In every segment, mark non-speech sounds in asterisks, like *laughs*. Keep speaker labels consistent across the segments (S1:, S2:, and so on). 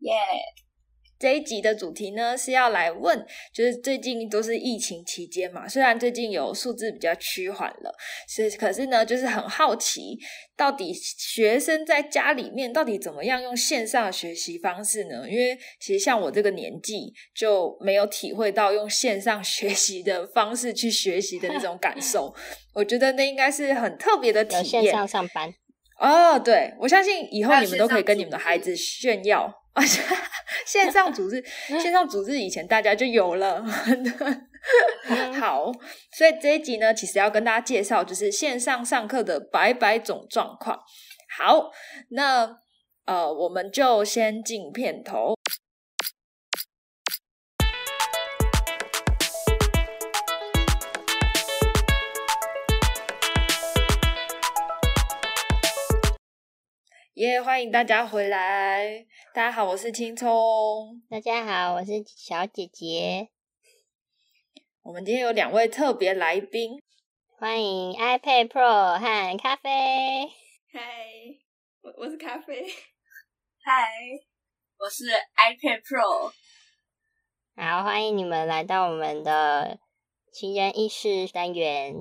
S1: 耶、
S2: 这一集的主题呢是要来问，就是最近都是疫情期间嘛，虽然最近有数字比较趋缓了，是可是呢，就是很好奇，到底学生在家里面到底怎么样用线上的学习方式呢？因为其实像我这个年纪就没有体会到用线上学习的方式去学习的那种感受，我觉得那应该是很特别的体
S3: 有线
S2: 验。
S3: 上上
S2: *laughs*
S3: 班，
S2: 哦，对，我相信以后
S1: 还有
S2: 你们都可以
S1: 线上
S2: 跟你们的
S1: 组
S2: 孩
S1: 织
S2: 子炫耀 *laughs* 啊，线上组
S1: *laughs*
S2: 织，线上组织以前大家就有了。好，所以这一集呢，其实要跟大家介绍就是线上上课的百百种状况。好，那呃，我们就先进片头。耶欢迎大家回来！大家好，我是青葱。
S3: 大家好，我是小姐姐，
S2: 我们今天有两位特别来宾，
S3: 欢迎 iPad Pro 和咖啡。
S1: 嗨，我我是咖啡，嗨，我是 iPad Pro，
S3: 好，欢迎你们来到我们的情人意识单元。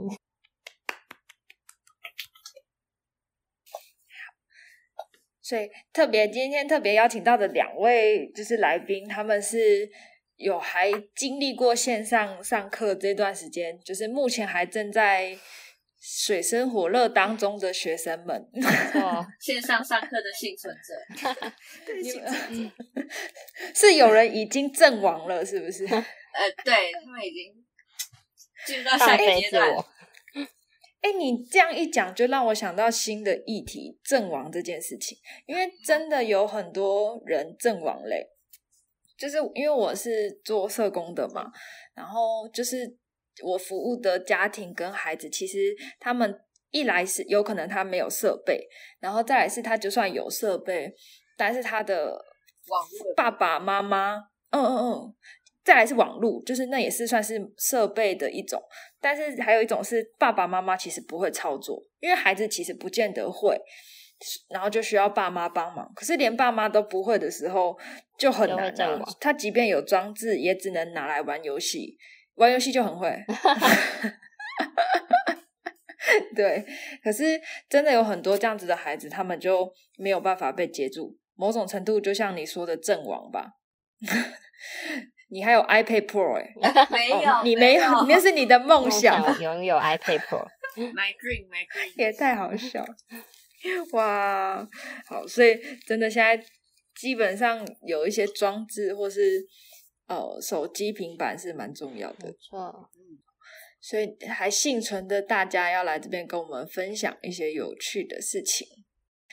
S2: 所以特别今天特别邀请到的两位就是来宾，他们是有还经历过线上上课这段时间，就是目前还正在水深火热当中的学生们。 *laughs*
S3: 哦，
S1: 线上上课的幸存者，
S2: 你们
S1: 嗯
S2: *laughs* 是有人已经阵亡了，是不是？
S1: 呃，对他们已经进入到
S3: 放
S1: 下一个
S3: 飞
S1: 阶
S3: 自
S1: 段，
S3: 我，
S2: 哎，你这样一讲，就让我想到新的议题——阵亡这件事情。因为真的有很多人阵亡嘞，就是因为我是做社工的嘛，然后就是我服务的家庭跟孩子，其实他们一来是有可能他没有设备，然后再来是他就算有设备，但是他的
S1: 网络
S2: 爸爸妈妈，嗯嗯嗯，再来是网络，就是那也是算是设备的一种，但是还有一种是爸爸妈妈其实不会操作，因为孩子其实不见得会，然后就需要爸妈帮忙。可是连爸妈都不会的时候，就很
S3: 就会
S2: 难
S3: 阵
S2: 啊
S3: 亡。
S2: 他即便有装置，也只能拿来玩游戏，玩游戏就很
S3: *laughs*
S2: 会。 *laughs* 对，可是真的有很多这样子的孩子，他们就没有办法被接住。某种程度，就像你说的阵亡吧。 *laughs* 你还有 iPad Pro 哎、
S1: 没
S2: 哦
S1: 有，
S2: *laughs* 你没有，那是你的梦
S3: 梦
S2: 想啊
S3: 想，我拥有 iPad Pro。
S1: my dream，my dream，
S2: 也太好笑了，哇！好，所以真的现在基本上有一些装置或是呃手机、平板是蛮重要的
S3: 没，错，
S2: 所以还幸存的大家要来这边跟我们分享一些有趣的事情。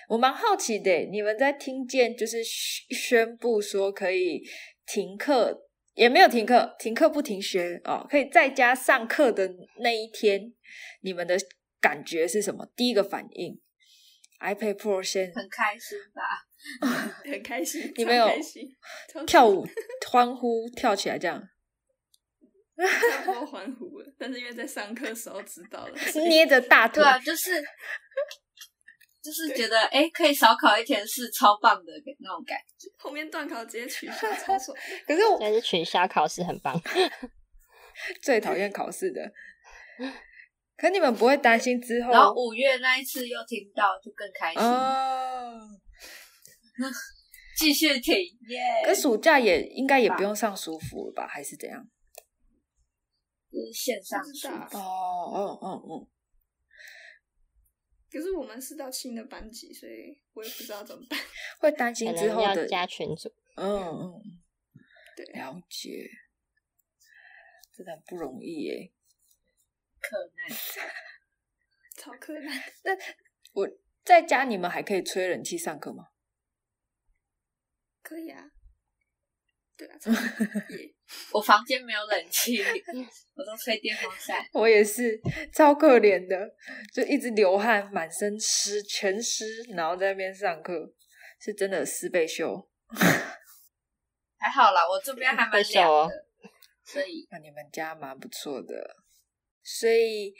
S2: 我蛮好奇的，欸你们在听见就是宣宣布说可以停课，也没有停课，停课不停学哦，可以在家上课的那一天，你们的感觉是什么？第一个反应，iPad Pro 先
S1: 很开心吧？很开心
S2: 你没有
S1: 超开心超
S2: 跳舞、欢呼、跳起来这
S1: *laughs*
S2: 样，
S4: 差不多欢呼了，但是因为在上课的时候知
S3: *laughs*
S4: 道了，所以
S2: 捏着大腿
S1: 对，啊，就是就是觉得哎、诶可以少考一天是超棒的那种感觉。
S4: 后面断考直接取消，
S3: *laughs*
S4: 超爽。
S2: 可是我
S3: 但是取消考试很棒。
S2: 最讨厌考试的。可你们不会担心之后，
S1: 然后五月那一次又听到，就更开心，
S2: 哦，
S1: 继续听耶。
S2: 可暑假也应该也不用上舒服了吧？还是怎样？
S1: 就是线上
S4: 不知
S1: 书
S4: 道啊
S2: 哦哦哦哦，
S4: 可是我们是到新的班级，所以我也不知道怎么办。
S2: 会担
S3: 可
S2: 心之
S3: 能
S2: 后
S3: 要
S2: 的，
S3: 加群组，
S2: 嗯嗯，
S4: 对
S2: 了解，真的很不容易耶。
S1: 可能
S4: 超困难，
S2: 我在家你们还可以吹冷气上课吗？ *laughs*
S4: 可以啊。对啊，超困难耶
S1: 我房间没有冷气， *laughs* 我都吹电风扇。
S2: 我也是，超可怜的，就一直流汗，满身湿，全湿，然后在那边上课，是真的湿被秀。
S1: 还好啦，我这边还蛮
S3: 会
S1: 凉
S3: 笑哦
S1: 的，所以
S2: 那你们家蛮不错的，所以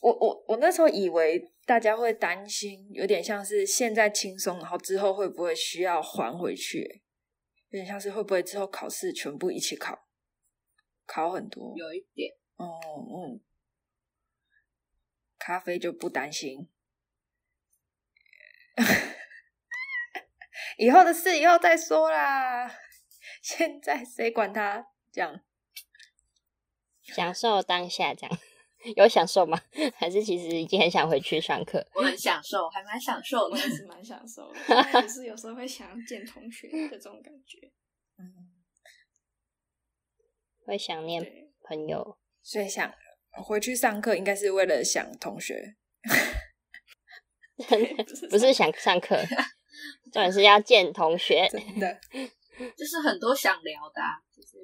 S2: 我我我那时候以为大家会担心，有点像是现在轻松，然后之后会不会需要还回去？有点像是会不会之后考试全部一起考，考很多。
S1: 有一点
S2: 哦，嗯，咖啡就不担心。 *laughs* 以后的事以后再说啦，现在谁管他？这样
S3: 享受当下这样。 *laughs* 有享受吗？ *laughs* 还是其实已经很想回去上课？
S1: 我很享受，还蛮享受
S4: 我
S1: 的
S4: 也。是蛮享受的，但只是有时候会想要见同学的这种感觉。
S2: 嗯
S3: 会想念
S4: 对，
S3: 朋友？
S2: 所以想回去上课，应该是为了想同学。
S3: *laughs* 不是想上
S1: *laughs*
S3: 课，重点是要见同学。
S2: 真的，
S1: 就是很多想聊的、啊，就是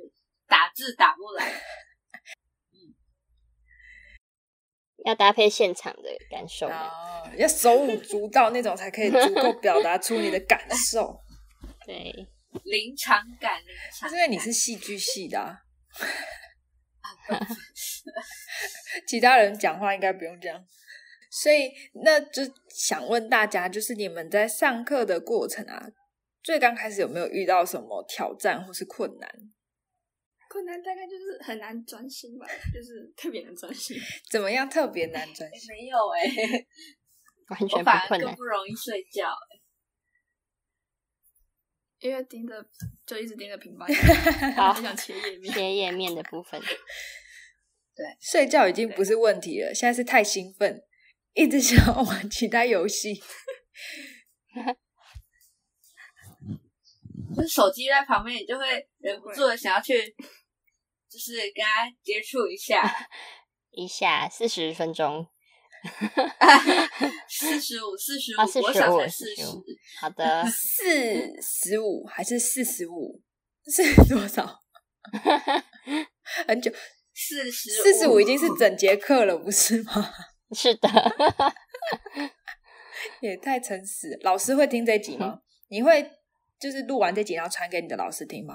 S1: 打字打不来。
S3: 要搭配现场的感受嘛。
S2: 哦，要手舞足蹈那种才可以足够表达出你的感受。
S3: 对，
S1: 临场感，临场
S2: 是因为你是戏剧系的、啊， *laughs* 其他人讲话应该不用这样。所以，那就想问大家，就是你们在上课的过程啊，最刚开始有没有遇到什么挑战或是困难？
S4: 困难大概就是很难专心吧，就是特别难专心。
S2: 怎么样特别难专
S1: 诶
S2: 心？
S1: *laughs* 没有哎、
S3: 完全
S1: 我
S3: 不
S1: 反而
S3: 困
S1: 更
S3: 难。
S1: 不容易睡觉、
S4: 因为盯着就一直盯着平板，很想切页面。
S3: 切页面的部分，
S2: 睡觉已经不是问题了，现在是太兴奋，一直想要玩其他游
S1: *laughs*
S2: 戏。，
S1: 就是手机在旁边，你就会忍不住的想要去，就是跟他接触一下。
S3: 一下四十分钟。
S1: 四十五，四十
S3: 啊
S1: 五，我想才四
S3: 45
S1: 十。
S3: 好的
S1: *laughs* 啊
S2: 四十五还是四十五？是多少？很久，
S1: 四十
S2: 四十五已经是 *laughs* 整节课了，不是吗？ *laughs*
S3: 是的，
S2: 也太诚实了。老师会听这集
S1: 嗯
S2: 吗？ *laughs* 你会就是录完这集，然后传给你的老师听吗？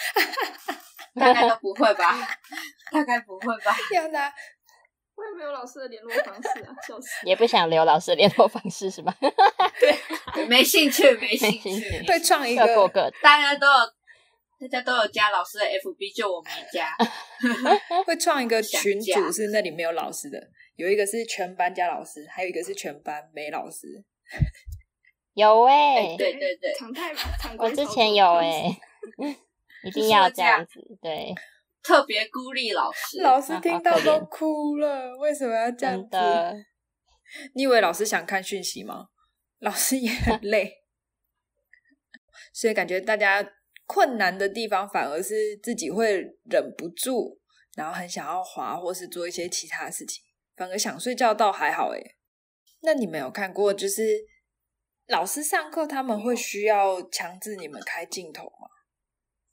S2: *laughs*
S1: 大概都不会吧？ *laughs* 大概不会吧？
S2: 要的啊，
S4: 我也没有老师的联络方式啊，笑死！
S3: 也不想留老师联络方式是吧？ *laughs*
S1: 没兴趣，没兴
S3: 没兴
S1: 趣
S3: 趣。
S2: 会创一
S3: 各过
S2: 个
S3: 各的，
S1: 大家都有，大家都有加老师的 FB，就我没加。
S2: 会创一个群
S1: 想
S2: 组，
S1: 家
S2: 是那里没有老师的，有一个是全班加老师，还有一个是全班没老师。
S3: 有哎、
S1: 对对对，
S4: 常态常
S3: 我
S4: 规
S3: 之
S4: 操
S3: 前
S4: 作
S3: 有
S4: 方
S3: 哎、
S4: 式
S1: *laughs*
S3: 一定要这样子，对，
S1: 特别孤立老师。
S2: 老师
S3: 啊
S2: 听
S3: 好
S2: 到
S3: 可
S2: 都
S3: 怜
S2: 哭了，为什么要这样
S3: 真
S2: 子？
S3: 的，
S2: 你以为老师想看讯息吗？老师也
S3: *laughs*
S2: 很累，所以感觉大家困难的地方反而是自己会忍不住，然后很想要滑，或是做一些其他的事情，反而想睡觉倒还好诶。那你们有看过就是老师上课他们会需要强制你们开镜头吗？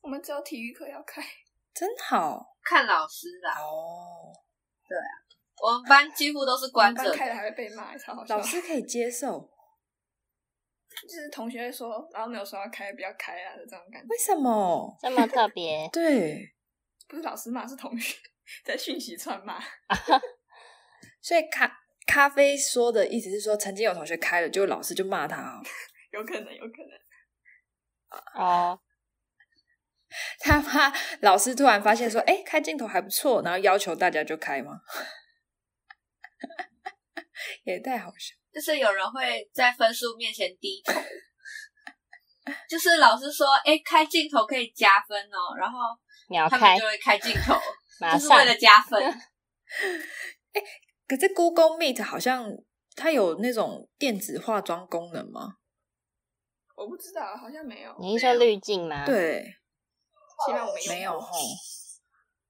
S4: 我们只有体育课要开，
S2: 真好
S1: 看老师啦，
S2: 哦，
S1: 我们班几乎都是
S4: 我
S1: 关
S4: 们
S1: 着的。
S4: 班哦开了还会被骂，超好笑
S2: 老。师可以接受，
S4: 就是同学会说，然后没有说要开，不要开啊，这种感觉。
S2: 为什么？，
S3: 这么特别
S1: *laughs*
S2: 对，
S4: 不是老师骂，是同学 *laughs* 在讯息串骂。
S2: 所以咖咖啡说的意思是说，曾经有同学开了，就老师就骂他、哦， *laughs*
S4: 有可能，有可能。
S3: 哦，
S2: 他怕老师突然发现说，哎，开镜头还不错，然后要求大家就开吗？ *laughs* 也太好笑，
S1: 就是有人会在分数面前低头，就是老师说，哎、开镜头可以加分哦，然后
S3: 秒
S1: 他们
S3: 啊开
S1: 就，会开镜头，
S3: 马
S1: 就是
S3: 上
S1: 为了加分。
S2: 可是 Google Meet 好像它有那种电子化妆功能吗？
S4: 我不知道，好像没有。
S3: 你是说滤镜吗？，
S2: 对，
S4: 起码我没
S2: 没有
S4: 有
S2: 吼。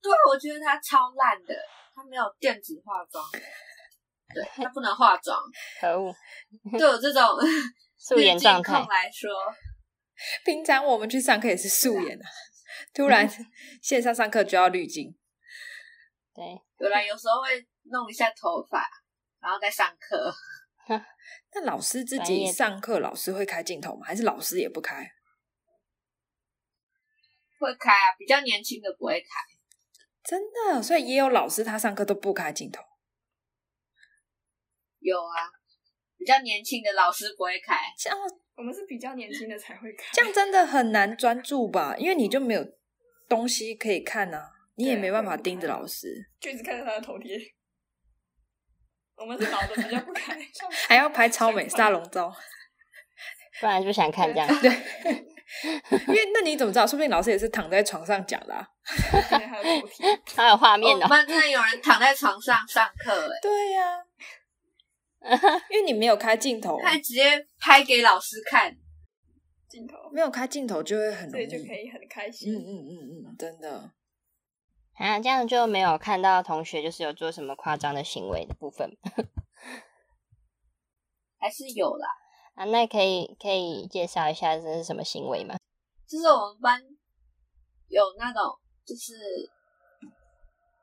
S1: 对，我觉得他超烂的，他没有电子化妆，对他不能化
S3: *laughs*
S1: 妆。
S3: 可恶，
S1: 对我这种
S3: 素
S1: 滤
S3: 颜
S1: 镜
S3: 状
S1: 控啊
S3: 态，
S1: 来说，
S2: 平常我们去上课也是素颜啊，突然线上上课就要滤镜，
S3: 对，
S1: 有来有时候会弄一下头发，然后再上课。
S2: 那老师自
S3: 专业
S2: 己
S3: 的
S2: 上课，老师会开镜头吗？还是老师也不开？
S1: 会开啊，比较年轻的不会开，
S2: 真的，所以也有老师他上课都不开镜头，
S1: 有啊，比比较年轻的老师不会开，
S2: 这样
S4: 我们是比较年轻的才会看，
S2: 这样真的很难专注吧？因为你就没有东西可以看啊，你也
S4: 对
S2: 没办法
S4: 我也不
S2: 盯着
S4: 看
S2: 老师，
S4: 就一直看着他的头贴。我们是老的比较
S2: *laughs*
S4: 不看，像
S2: 还要拍超美沙龙
S4: *laughs*
S2: 照。
S3: 不然就不想看这样。
S2: 因为那你怎么知道？说不定老师也是躺在床上讲的、啊。
S4: 我看着他的头贴，
S3: 还有画面
S1: 我们
S3: 哦，
S1: 班真的有人躺在床上上课、欸，
S2: 对呀、
S4: *laughs*
S2: 因为你没有开镜头，
S1: 他还直接拍给老师看，
S2: *laughs*
S4: 镜头，
S2: 没有开镜头就会很容
S4: 所
S2: 易。
S4: 以就可以很开
S2: 嗯
S4: 心。
S2: 嗯嗯嗯，真的。
S3: 啊，这样就没有看到同学就是有做什么夸张的行为的部分
S1: 还是有啦。
S3: 啊。那可以可以介绍一下这是什么行为吗？
S1: 就是我们班有那种就是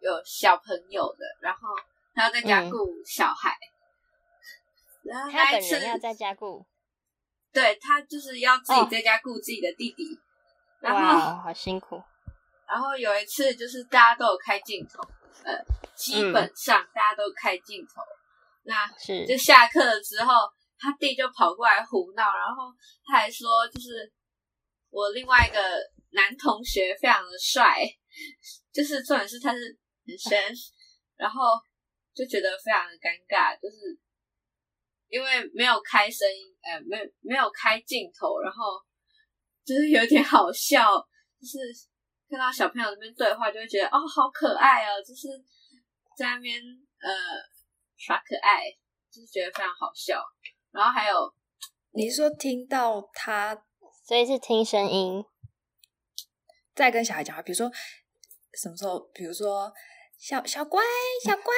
S1: 有小朋友的，然后他要在家顾小孩，然后
S3: 嗯他
S1: 那一
S3: 本
S1: 次
S3: 人要在家顾，
S1: 对他就是要自己
S3: 哦
S1: 在家顾自己的弟弟，然后
S3: 哇，哦好辛苦。
S1: 然后有一次就是大家都有开镜头，呃，基本上大家都开镜头，那
S3: 是
S1: 就下课了之后，他弟就跑过来胡闹，然后他还说，就是我另外一个男同学非常的帅，就是重点是他是女生，然后就觉得非常的尴尬，就是因为没有开声音，呃，没有没有开镜头，然后就是有点好笑，就是看到小朋友那边对话，就会觉得哦，好可爱哦，就是在那边呃耍可爱，就是觉得非常好笑。然后还有
S2: 你是说听到他
S3: 所以是听声音，
S2: 在跟小孩讲话，比如说什么时候，比如说小小乖小乖，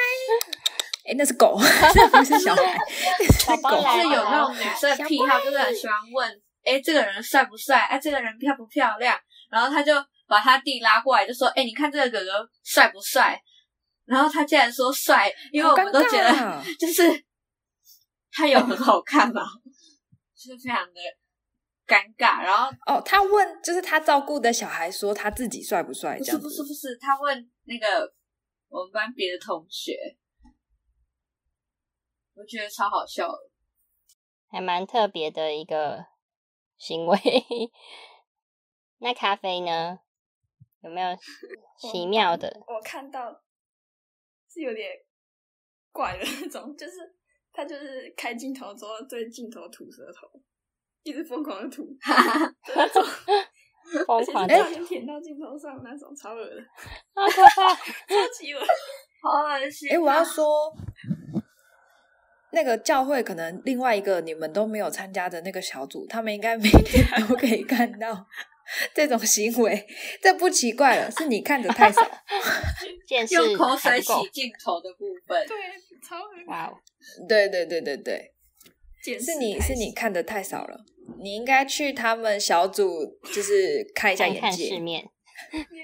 S2: 哎、那是狗， *laughs* 那不是小孩，那是
S3: 宝宝
S2: 狗。
S1: 就
S3: 来
S1: 是
S3: 了
S1: 有那种女生的癖好，就是很喜欢
S2: 啊
S1: 问，哎，这个人帅不帅？哎、这个人漂不漂亮？然后他就把他弟拉过来，就说，哎，你看这个哥哥帅不帅？然后他竟然说帅，因为我
S2: 好尴
S1: 们都觉得
S2: 尬啊，
S1: *laughs* 就是他有很好看嘛，就是非常的尴尬。然后
S2: 哦，他问就是他照顾的小孩说他自己帅不帅，
S1: 不
S2: 这
S1: 是
S2: 样
S1: 不
S2: 子
S1: 是不是，他问那个我们班别的同学，我觉得超好笑的。
S3: 还蛮特别的一个行为。那咖啡呢？有没有奇妙的？
S4: 我看到是有点怪的那种，就是他就是开镜头之后对镜头吐舌头，一直疯狂的吐，的那种
S3: 疯
S1: *laughs*
S4: 而且
S3: 狂的
S4: 是
S1: 哎
S4: 不，小心舔到镜头上那种，超
S2: *laughs*
S4: 恶的，
S3: 好可怕！
S4: 超级恶。
S1: 好恶心
S2: 哎、我要说，那个教会可能另外一个你们都没有参加的那个小组，他们应该每天都可以看到这种行为，这不奇怪了，是你看的太少。 *laughs*
S3: 见识
S1: 用口
S3: 还
S1: 水
S3: 不
S1: 洗
S3: 够。
S1: 镜头的部分，
S4: 对，超恶。
S3: 哇哦，
S2: 对对对对对，
S4: 见识
S2: 是你
S4: 开
S2: 是
S4: 始
S2: 你看的太少了，你应该去他们小组就是开一下
S3: 看
S2: 眼
S3: 看世
S2: 界。
S3: 面，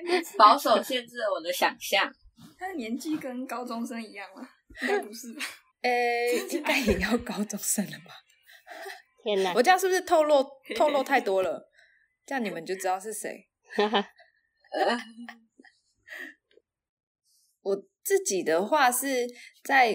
S4: 年纪
S1: 保守限制了我的想象。 *laughs*
S4: 他的年纪跟高中生一样吗？啊应该不是吧？
S2: 呃、
S3: *laughs*
S2: 应该也要高中生了吧？
S3: 天 *laughs* 哪！
S2: 我这样是不是透露透露太多了？这样你们就知道是谁。我自己的话是在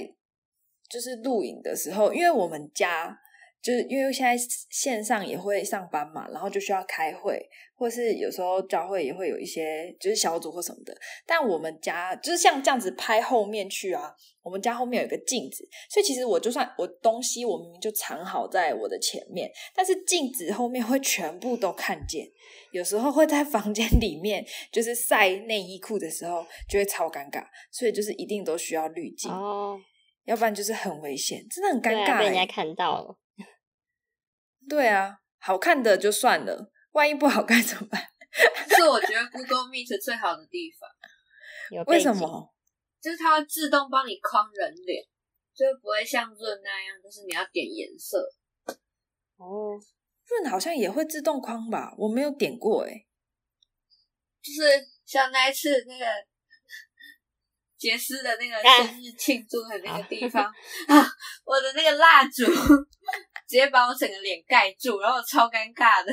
S2: 就是录影的时候，因为我们家就是因为现在线上也会上班嘛，然后就需要开会，或是有时候教会也会有一些就是小组或什么的。但我们家就是像这样子拍后面去啊，我们家后面有一个镜子，所以其实我就算我东西我明明就藏好在我的前面，但是镜子后面会全部都看见。有时候会在房间里面，就是晒内衣裤的时候就会超尴尬，所以就是一定都需要滤镜，
S3: 哦，
S2: 要不然就是很危险，真的很尴
S3: 对
S2: 尬、
S3: 啊，
S2: 欸
S3: 被人家看到了。
S2: 对啊，好看的就算了，万一不好看怎么办？
S1: 这是我觉得 Google Meet 最好的地方，
S3: 有
S2: 为
S3: 背
S2: 什
S3: 景？
S2: 么？
S1: 就是它会自动帮你框人脸，就不会像润那样，就是你要点颜色。
S3: 哦，
S2: 润好像也会自动框吧，我没有点过哎、
S1: 就是像那一次那个 *laughs* 杰斯的那个
S2: 啊
S1: 生日庆祝的那个地方啊， *laughs* 我的那个蜡烛 *laughs* 直接把我整个脸盖住，然后超尴尬的。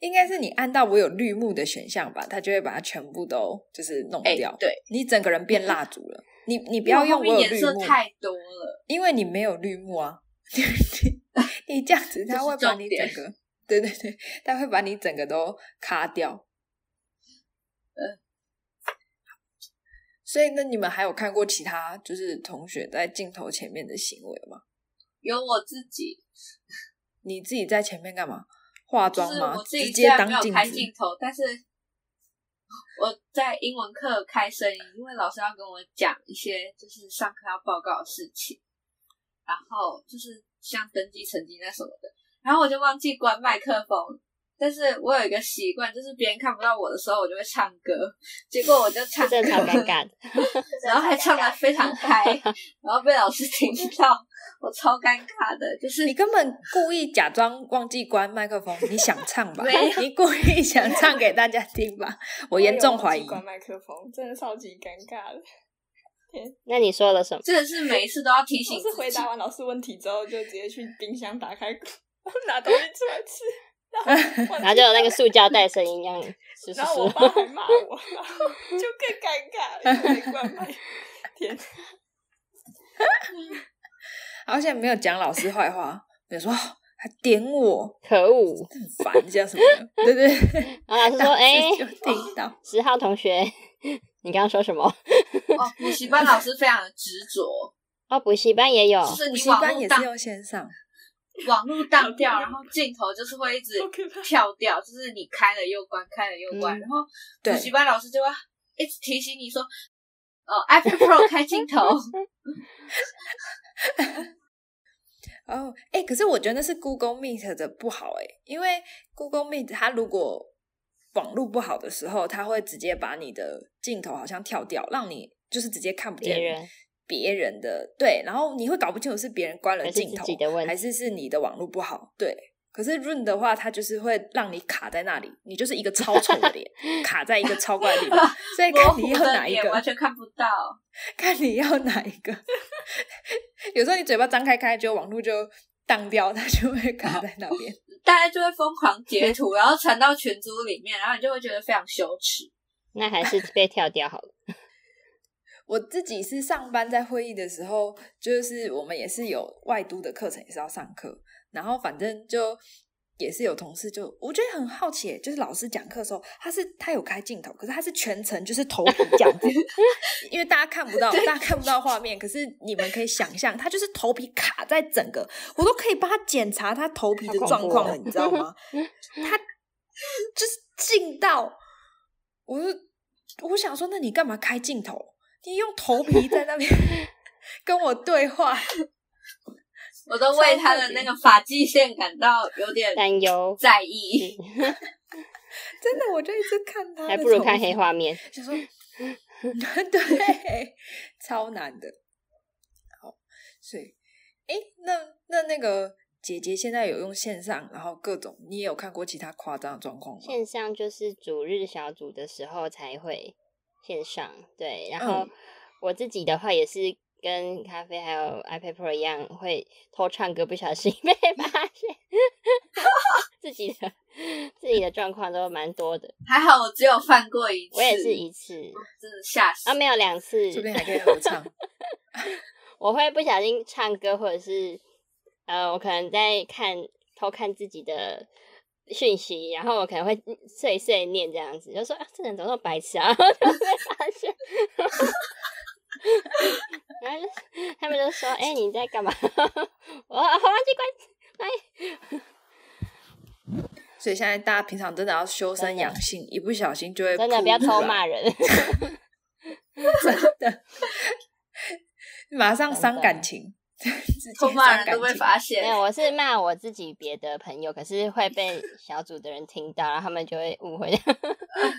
S2: 应该是你按到我有绿幕的选项吧，它就会把它全部都就是弄
S1: 哎
S2: 掉。
S1: 对，
S2: 你整个人变蜡烛了。你你不要用
S1: 因
S2: 我
S1: 为我后
S2: 有
S1: 面颜
S2: 绿
S1: 色
S2: 幕，
S1: 太多了，
S2: 因为你没有绿幕啊。 *laughs* 你你这样子，他会把你
S1: 这
S2: 整
S1: 是
S2: 个，对对对，他会把你整个都卡掉。
S1: 嗯
S2: 所以，那你们还有看过其他就是同学在镜头前面的行为吗？
S1: 有我自己，
S2: 你自己在前面干嘛？化
S1: 就
S2: 妆
S1: 是
S2: 吗
S1: 我？自己
S2: 直
S1: 虽
S2: 接
S1: 然
S2: 当
S1: 没有
S2: 镜
S1: 开
S2: 子？
S1: 镜头，但是我在英文课有开声音，因为老师要跟我讲一些就是上课要报告的事情，然后就是像登记成绩那什么的，然后我就忘记关麦克风。但是我有一个习惯，就是别人看不到我的时候，我就会唱歌。结果我就唱
S3: 这
S1: 歌
S3: 真的超尴尬的。
S1: 然后还唱的非常嗨，然后被老师听到，我超尴尬的，就是
S2: 你根本故意假装忘记关麦克风，你想唱吧
S1: 没？
S2: 你故意想唱给大家听吧？我严重怀疑
S4: 有忘记。关麦克风，真的超级尴尬的。
S3: 那你说了什么？
S1: 真的是每一次都要提醒
S4: 我
S1: 自
S4: 是回
S1: 己，
S4: 答完老师问题之后，就直接去冰箱打开， *laughs* 拿东西出来吃，然
S2: *laughs*
S4: 后
S3: 然后就有那个塑胶袋声音，让你是是
S4: 然后我
S3: 是，
S4: 爸还骂我， *laughs* 然后就更尴尬了，因为没关麦。天，
S2: 而且没有讲老师坏话，比如说哦还点我，
S3: 可恶！
S2: 很烦，这样什么的，对对对。
S3: 然后老师说：“
S2: 当时
S3: 哎、
S2: 就听到，
S3: 十号同学， *laughs* 你刚刚说什么？
S1: *laughs* 哦，补习班老师非常的执着，
S3: 哦，补习班也有，
S1: 就是
S2: 补
S1: 你
S2: 习
S1: 网
S2: 班
S1: 络
S2: 也是
S1: 当
S2: 用线上，
S1: *laughs* 网络当掉，然后镜头就是会一直
S4: 好可怕
S1: 跳掉，就是你开了又关，开了又关，
S3: 嗯
S1: 然后
S2: 对
S1: 补习班老师就会一直提醒你说，呃，iPad Pro 开镜头，
S2: *laughs* 哦，哎，可是我觉得那是 Google Meet 的不好哎，因为 Google Meet 它如果网络不好的时候，它会直接把你的镜头好像跳掉，让你就是直接看不见
S3: 别人
S2: 别人的对，然后你会搞不清楚是别人关了
S3: 还是
S2: 镜
S3: 自
S2: 头
S3: 己的问
S2: 还
S3: 题。
S2: 是是你的网络不好。对，可是润的话，它就是会让你卡在那里，你就是一个超丑的
S3: *laughs*
S2: 脸卡在一个超怪的地方，所以
S1: 模
S2: 看
S1: 糊
S2: 你要
S1: 的
S2: 哪一
S1: 脸完
S2: 个，
S1: 全看不到。
S2: 看你要哪一个。 *laughs* 有时候你嘴巴张开开，就网络就荡掉，它就会卡在那边。
S1: 大家就会疯狂
S2: *laughs*
S1: 截图，然后传到群组里面，然后你就会觉得非常羞耻。
S3: 那还是被跳掉好了。
S2: 我自己是上班在会议的时候，就是我们也是有外都的课程也是要上课，然后反正就也是有同事就我觉得很好奇耶，欸就是老师讲课的时候，他是他有开镜头，可是他是全程就是头皮这样子， *laughs* 因为大家看不
S3: *laughs*
S2: 到，大家看不到画面，可是你们可以想象，他就是头皮卡在整个，我都可以帮他检查他头皮的
S3: 好恐
S2: 状
S3: 怖
S2: 况
S3: 哦
S2: 了，你知道吗？他就是近到，我就我想说，那你干嘛开镜头？你用头皮在那边 *laughs* 跟我对话，
S1: 我都为他的那个发际线感到有点
S3: 担
S2: *laughs*
S3: 忧
S1: 在意。
S2: 真的，我就一直看他的头
S3: 还
S2: 皮，
S3: 不如看黑画面。
S2: 就说 *laughs* 对，超难的。好，所以，诶，那那那个姐姐现在有用线上，然后各种，你也有看过其他夸张的状况吗？
S3: 线上就是主日小组的时候才会线上，对。然后
S2: 嗯
S3: 我自己的话也是跟咖啡还有 iPad Pro 一样，会偷唱歌，不小心 *laughs* 被发现。 *laughs* 自己的自己的状况都蛮多的，
S1: *laughs* 还好我只有犯过一次，
S3: 我也是一次
S1: 真的吓死。
S3: 啊，没有两次，
S2: 说不定还可以合
S3: *laughs*
S2: 唱。
S3: 我会不小心唱歌，或者是呃，我可能在看偷看自己的讯息，然后我可能会碎碎念这样子，就说啊，这人怎么那么白痴啊，然 *laughs* 后就被发现。然后就他们就说：“哎、你在干嘛？” *laughs* 我啊我忘记关。
S2: 所以现在大家平常真的要修身
S3: 真的
S2: 养性，一不小心就会
S3: 真的不要
S2: 暴
S3: 偷
S2: 露啊
S3: 骂人， *laughs*
S2: 马上
S3: 真
S2: 伤
S3: 的
S2: 感情，
S3: *laughs*
S2: 直接
S1: 偷骂
S2: 伤
S1: 人
S2: 感
S1: 都被
S2: 情
S1: 发现
S3: 没，有，我是骂我自己别的朋友，可是会被小组的人听到，然后他们就会误会。
S2: 哎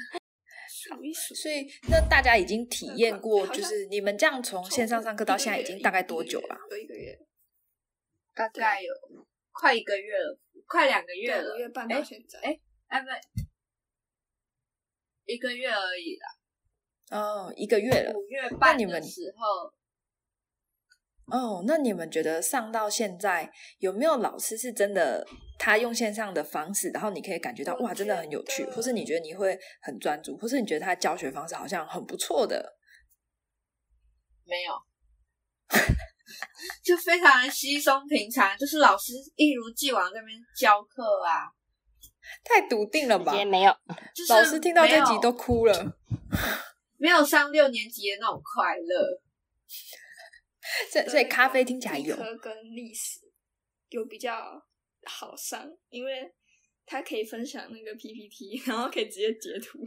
S4: 数一数，
S2: 所以，那大家已经体验过，
S4: 嗯好
S2: 就
S4: 像
S2: 是你们这样从线上上课到现在已经大概多久了？？
S4: 有一个月，
S1: 大概有快一个月了，快两个月
S4: 对，五
S1: 了，
S4: 月半到现在。
S1: 哎哎不，一个月而已啦。
S2: 哦，一个月了。
S1: 五月
S2: 那
S1: 半
S2: 你
S1: 的
S2: 们
S1: 时候，
S2: 哦，那你们觉得上到现在有没有老师是真的他用线上的方式，然后你可以感觉到
S4: 我
S2: 哇，真的很有趣
S4: 觉，得
S2: 或是你觉得你会很专注，或是你觉得他的教学方式好像很不错的？
S1: 没有， *laughs* 就非常的稀松平常，就是老师一如既往在那边教课啊，
S2: 太笃定了吧
S3: 直接？没有，
S1: 就是
S2: 老师听到
S1: 没
S2: 这
S1: 有
S2: 集都哭
S1: *laughs*
S2: 了。
S1: 没有上六年级的那种快乐。
S2: 所以所以咖啡听起来有
S4: 理科跟历史有比较好上，因为它可以分享那个 PPT，然后 *laughs* 可以直接截图，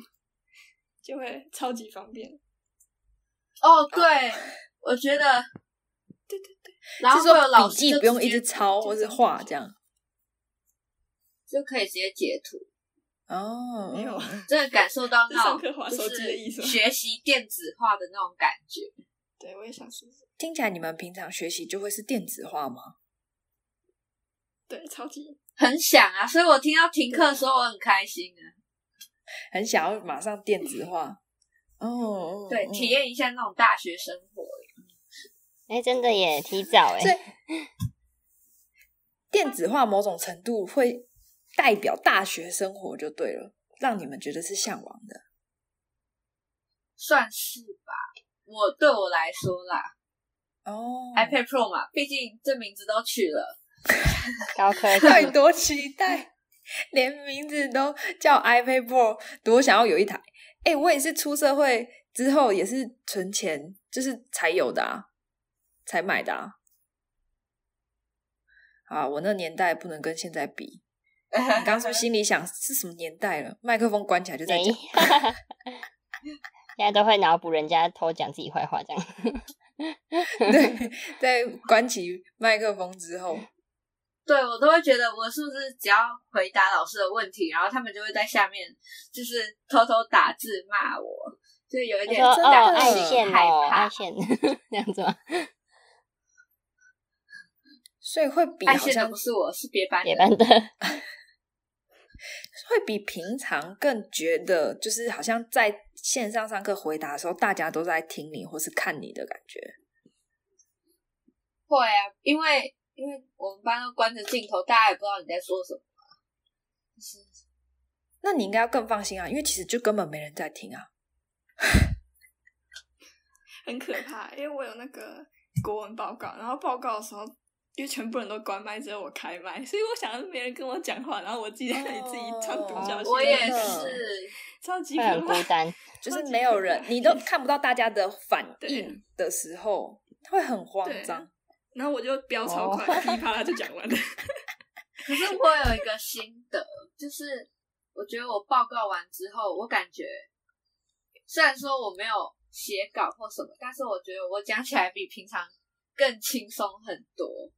S4: 就会超级方便。
S1: 哦，对，我觉得
S4: 对对对，
S1: 然后
S2: 是
S1: 会有
S2: 说
S1: 老
S2: 笔
S1: 师
S2: 记
S1: 就
S2: 不用
S1: 直
S2: 一
S1: 接
S2: 直抄
S4: 就
S2: 或是
S4: 直接
S2: 画
S4: 截
S2: 这样。
S1: 就可以直接截图，
S2: 哦，
S4: 没有啊，
S1: 真的感受到
S4: *laughs* 这
S1: 那
S4: 上
S1: 种
S4: 课滑
S1: 就
S4: 手机的意
S1: 是
S4: 思吗
S1: 学习电子化的那种感觉。
S4: 对我也想试试。
S2: 听起来你们平常学习就会是电子化吗？
S4: 对，超级
S1: 很想啊，所以我听到停课的时候我很开心啊，
S2: 很想要马上电子化。哦，
S1: 对，
S2: 嗯
S1: 体验一下那种大学生活。
S3: 哎、真的耶，提早
S2: 所以
S3: 哎，
S2: 电子化某种程度会代表大学生活就对了，让你们觉得是向往的。
S1: 算是吧。我对我来说啦、
S2: 哦
S1: i p a d Pro 嘛，毕竟这名字都取了，
S3: 高科技，
S2: 太多期待，连名字都叫 iPad Pro，多想要有一台。哎、我也是出社会之后也是存钱，就是才有的啊，才买的啊。啊，我那年代不能跟现在比。你刚刚是不是心里想是什么年代了？麦克风关起来就在
S3: 没
S2: 讲。，
S3: *laughs* 现在都会脑补人家偷讲自己坏话这样。
S2: 对，在关起麦克风之后，
S1: 对我都会觉得我是不是只要回答老师的问题，然后他们就会在下面就是偷偷打字骂我，就有一
S3: 他
S1: 点
S3: 说：“
S2: 真的
S3: 哦，
S1: 担
S3: 爱
S1: 心
S3: 线
S1: 害
S3: 哦，
S1: 怕
S3: 爱线这样子吗？ *laughs*
S2: 所以会比
S1: 爱
S2: 好
S1: 线的
S2: 像
S1: 不是我，是别班
S3: 别
S1: 的。
S3: 班
S1: *laughs*
S3: 的，
S2: 会比平常更觉得，就是好像在线上上课回答的时候，大家都在听你或是看你的感觉。
S1: 会啊，因为因为我们班都关着镜头，大家也不知道你在说什么啊。就是
S2: 那你应该要更放心啊，因为其实就根本没人在听啊。
S4: 很可怕，因为我有那个国文报告，然后报告的时候。因为全部人都关麦，只有我开麦，所以我想要没人跟我讲话，然后我自己在那里自己唱独角戏。
S1: 我也
S2: 真的
S1: 是，
S4: 超级
S3: 会
S4: 可
S3: 很孤
S4: 怕。
S3: 单。
S2: 就是没有人，你
S4: *laughs*
S2: 都看不到大家的反应
S4: 对
S2: 的时候，会很慌张。
S4: 然后我就飙超快，
S3: 哦
S4: 噼里啪啦就讲完
S1: *laughs*
S4: 了。
S1: 可是我有一个心得，就是我觉得我报告完之后，我感觉虽然说我没有写稿或什么，但是我觉得我讲起来比平常更轻松很多。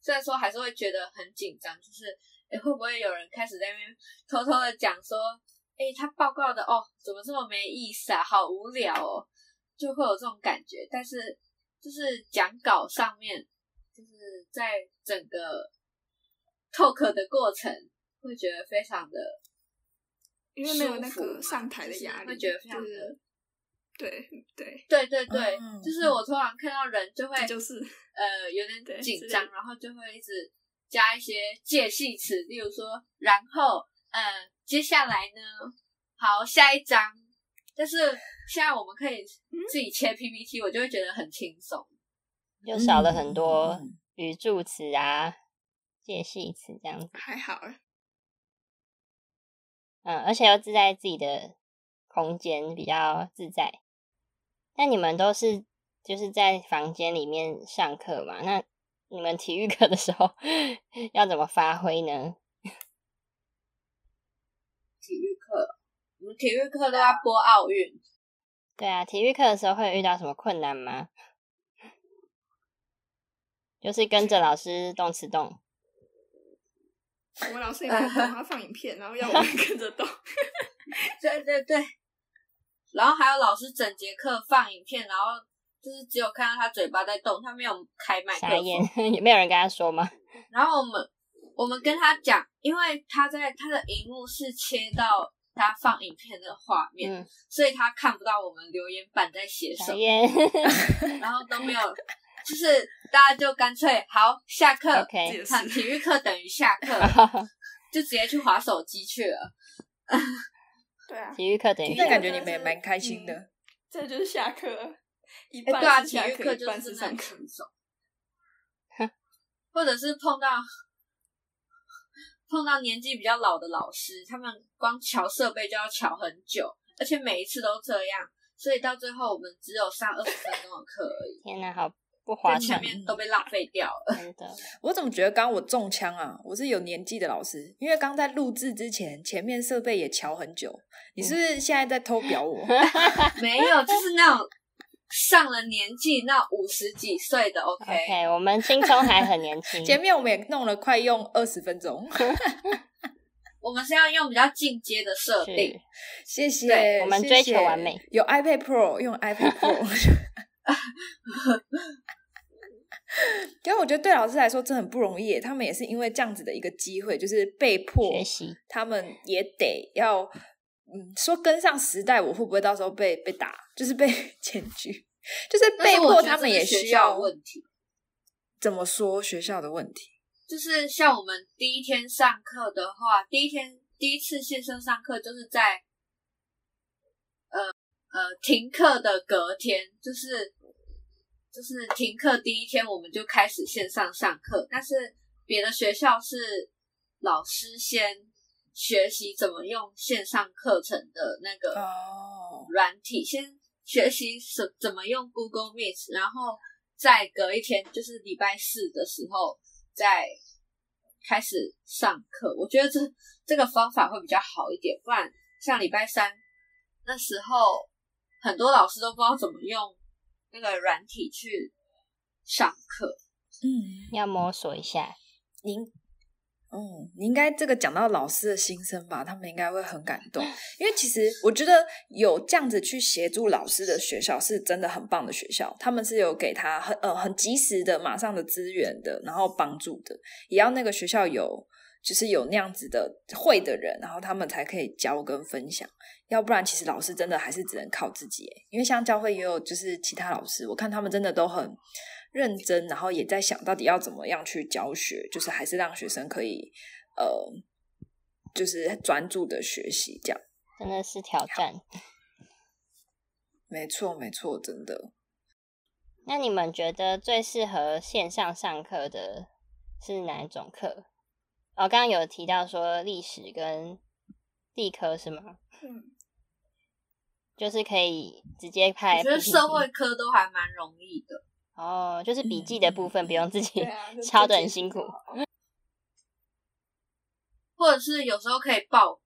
S1: 虽然说还是会觉得很紧张，就是诶、会不会有人开始在那边偷偷的讲说，诶、他报告的哦怎么这么没意思啊，好无聊哦，就会有这种感觉。但是就是讲稿上面，就是在整个 talk 的过程，会觉得非常的
S4: 因为没有那
S1: 舒服嘛
S4: 个上台的
S1: 就是
S4: 压
S1: 会
S4: 力，
S1: 觉得非常的
S4: 是对对，
S1: 对对对，
S2: 嗯
S1: 就是我通常看到人就会
S4: 这就是
S1: *laughs* 呃有
S4: 对
S1: 点
S4: 之类
S1: 紧
S4: 的
S1: 张，然后就会一直加一些介系词，例如说然后嗯、呃接下来呢，好下一章，但是现在我们可以
S4: 嗯
S1: 自己切 PPT，我就会觉得很轻松。
S3: 又少了很多
S2: 嗯
S3: 语助词啊、介系词这样子。
S4: 还好啊，
S3: 嗯，而且又自在自己的空间，比较自在。那你们都是就是在房间里面上课嘛？那你们体育课的时候 *laughs* 要怎么发挥呢？
S1: 体育课，我们体育课都要播奥运，
S3: 对啊，体育课的时候会遇到什么困难吗？就是跟着老师动词动，
S4: 我们老师也没有动，他放影片，然后要我们跟着动。
S1: 对对对，然后还有老师整节课放影片，然后就是只有看到他嘴巴在动，他没有开麦克
S3: 傻眼
S1: 风。，
S3: 也 *laughs* 没有人跟他说吗？
S1: 然后我们我们跟他讲，因为他在他的荧幕是切到他放影片的画面，
S3: 嗯，
S1: 所以他看不到我们留言板在写什
S3: 傻
S1: 么，
S3: 眼。 *laughs*
S1: 然后都没有，就是大家就干脆好下课
S3: OK
S1: 看体育课等于下课，就直接去划手机去了。
S4: 对啊，
S3: 体育课等于
S4: 体育
S2: 嗯那
S4: 课
S2: 感
S3: 上
S2: 觉你
S4: 真的
S2: 们也
S4: 是
S2: 蛮开心
S4: 嗯
S2: 的。
S4: 这就是下课，一
S1: 哎、
S4: 半
S1: 对啊，
S4: 是
S1: 体
S4: 下
S1: 育
S4: 课，
S1: 课
S4: 一
S1: 就
S4: 半
S1: 是真
S4: 是
S1: 的
S4: 上
S1: 很
S4: 课。
S1: 轻松。或者是碰到碰到年纪比较老的老师，他们光瞧设备就要瞧很久，而且每一次都这样，所以到最后我们只有上二十分钟的课而已，
S3: 天哪，好不
S1: 所
S3: 划
S1: 以
S3: *laughs*
S1: 前
S3: 算，
S1: 面都被浪费掉
S3: *laughs*
S1: 了。
S3: 真的。
S2: 我怎么觉得刚刚我中枪啊？我是有年纪的老师，因为刚在录制之前，前面设备也瞧很久。你是不是现在在偷表我？，
S1: 没有，就是那种上了年纪那五十几岁的 OK，,
S3: OK，我们青葱还很年轻
S2: 前面我们也弄了快用二十分钟， *laughs*
S1: 我们是要用比较进阶的设定
S3: 是。
S2: 谢谢
S1: 对。
S3: 我们
S2: 谢
S3: 追
S2: 谢
S3: 求完美，
S2: 有 iPad Pro 用 iPad
S1: *laughs*
S2: Pro。因为我觉得对老师来说真的很不容易耶，他们也是因为这样子的一个机会，就是被迫
S3: 学习。
S2: 他们也得要，嗯，说跟上时代，我会不会到时候被被打，就是被 *laughs* 检举，就是
S1: 但
S2: 被
S1: 是我
S2: 迫
S1: 觉得
S2: 他
S1: 这
S2: 们
S1: 是
S2: 也
S1: 学
S2: 需
S1: 校
S2: 要
S1: 的问题，
S2: 怎么说学校的问题？
S1: 就是像我们第一天上课的话，第一天第一次线上上课就是在，呃呃，停课的隔天，就是就是停课第一天我们就开始线上上课，但是别的学校是老师先学习怎么用线上课程的那个
S2: 哦，
S1: 软体，先学习怎怎么用 Google Meet，然后再隔一天，就是礼拜四的时候再开始上课。我觉得这这个方法会比较好一点，不然像礼拜三那时候，很多老师都不知道怎么用那个软体去上课。
S2: 嗯，
S3: 要摸索一下，
S2: 您，嗯，你应该这个讲到老师的心声吧，他们应该会很感动，因为其实我觉得有这样子去协助老师的学校是真的很棒的学校，他们是有给他很呃很及时的、马上的资源的，然后帮助的，也要那个学校有。就是有那样子的会的人，然后他们才可以教跟分享，要不然其实老师真的还是只能靠自己耶。因为像教会也有就是其他老师，我看他们真的都很认真，然后也在想到底要怎么样去教学，就是还是让学生可以呃，就是专注的学习这样。
S3: 真的是挑战。
S2: 没错，没错，真的。
S3: 那你们觉得最适合线上上课的是哪一种课？哦，刚刚有提到说历史跟地科是吗？
S4: 嗯，
S3: 就是可以直接
S1: 我
S3: 拍。
S1: 觉得社会科都还蛮容易的，
S3: 哦，就是笔记的部分不用自己
S4: 对
S3: *laughs*
S4: 啊，就
S3: 抄
S4: 自
S3: 的
S4: 己
S3: 很辛苦。
S1: 或者是有时候可以报告，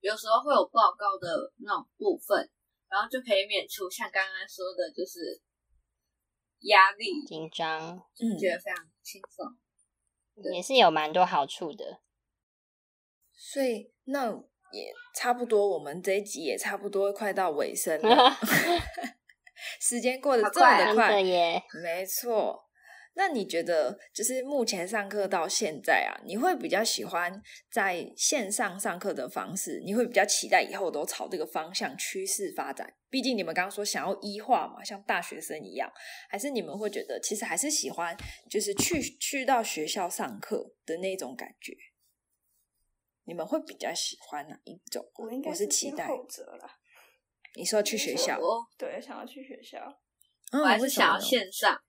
S1: 有时候会有报告的那种部分，然后就可以免除像刚刚说的，就是压力，
S3: 紧张
S2: 嗯，
S1: 觉得非常轻松。对
S3: 也是有蛮多好处的。
S2: 所以那也差不多，我们这一集也差不多快到尾声了，
S1: *laughs*
S2: *laughs* 时间过得
S1: 好
S2: 这么
S1: 快啊
S2: 的
S3: 真
S2: 快，
S3: 的耶，
S2: 没错。那你觉得，就是目前上课到现在啊，你会比较喜欢在线上上课的方式？你会比较期待以后都朝这个方向趋势发展？毕竟你们刚刚说想要医化嘛，像大学生一样，还是你们会觉得其实还是喜欢就是去去到学校上课的那种感觉？你们会比较喜欢哪一种？
S4: 我应该
S2: 我
S4: 是
S2: 期
S4: 偏
S2: 待
S4: 后者啦。
S2: 你说去学校，
S1: 我
S4: 对，想要去学校，
S2: 嗯，
S1: 我还是
S2: 为什么
S1: 想要
S2: 呢
S1: 线上，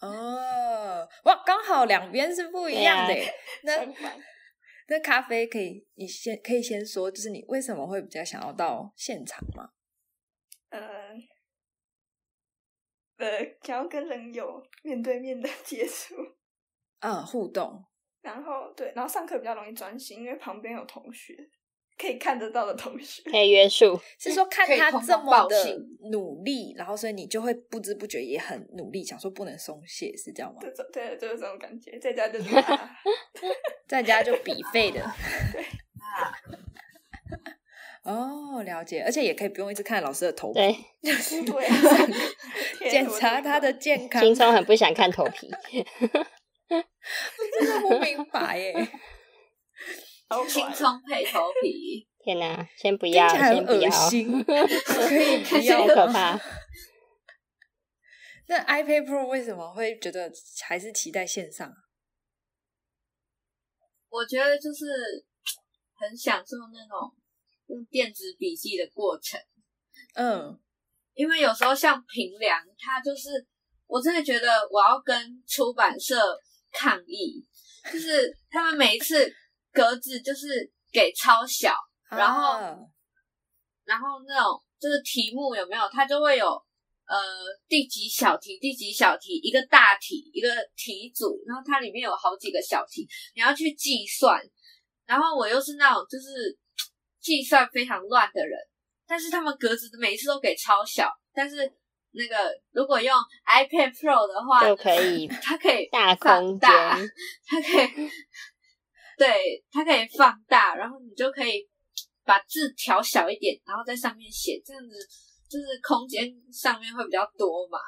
S2: 哦，哇，刚好两边是不一样的耶。那
S4: 相反
S2: 那咖啡可以，你先可以先说，就是你为什么会比较想要到现场吗？
S4: 呃呃，想要跟人有面对面的 *laughs* 接触，
S2: 嗯，互动。
S4: 然后对，然后上课比较容易专心，因为旁边有同学，可以看得到的同学。
S3: 可以约束。
S2: 是说看
S1: 可以
S2: 他
S1: 通
S2: 这
S1: 风
S2: 么
S1: 报
S2: 的
S1: 信
S2: 努力，然后所以你就会不知不觉也很努力，想说不能松懈，是这样吗
S4: 这？种对，就是这种感觉，在家就是 *laughs* 啊
S2: 在家就比废的。哦，了解，而且也可以不用一直看老师的头，
S3: 对，
S4: 对， *laughs*
S2: 检查他的健康。
S3: 青葱很不想看头皮。
S2: 真的不明白耶，
S1: 轻松配头皮，
S3: 天哪，先不
S2: 听
S3: 要，
S2: 起来
S3: 先
S2: 很
S3: 不
S2: 恶
S3: 要，
S2: 心， *laughs* 可以不
S3: 好
S2: 要 *laughs*
S3: 可
S2: 吗
S3: 怕。
S2: 那 iPad Pro 为什么会觉得还是期待线上？啊
S1: 我觉得就是很享受那种用电子笔记的过程。
S2: 嗯，
S1: 因为有时候像平凉，它就是我真的觉得我要跟出版社抗议，就是他们每一次格子就是给超小，然后
S2: 啊
S1: 然后那种就是题目有没有，它就会有呃第几小题、第几小题，一个大题，一个题组，然后它里面有好几个小题，你要去计算。然后我又是那种就是计算非常乱的人，但是他们格子每一次都给超小，但是那个如果用 iPad Pro 的话，
S3: 就可以
S1: 它可以
S3: 大
S1: 放
S3: 空间，
S1: 大它可以，对，它可以放大，然后你就可以把字调小一点，然后在上面写，这样子就是空间上面会比较多嘛。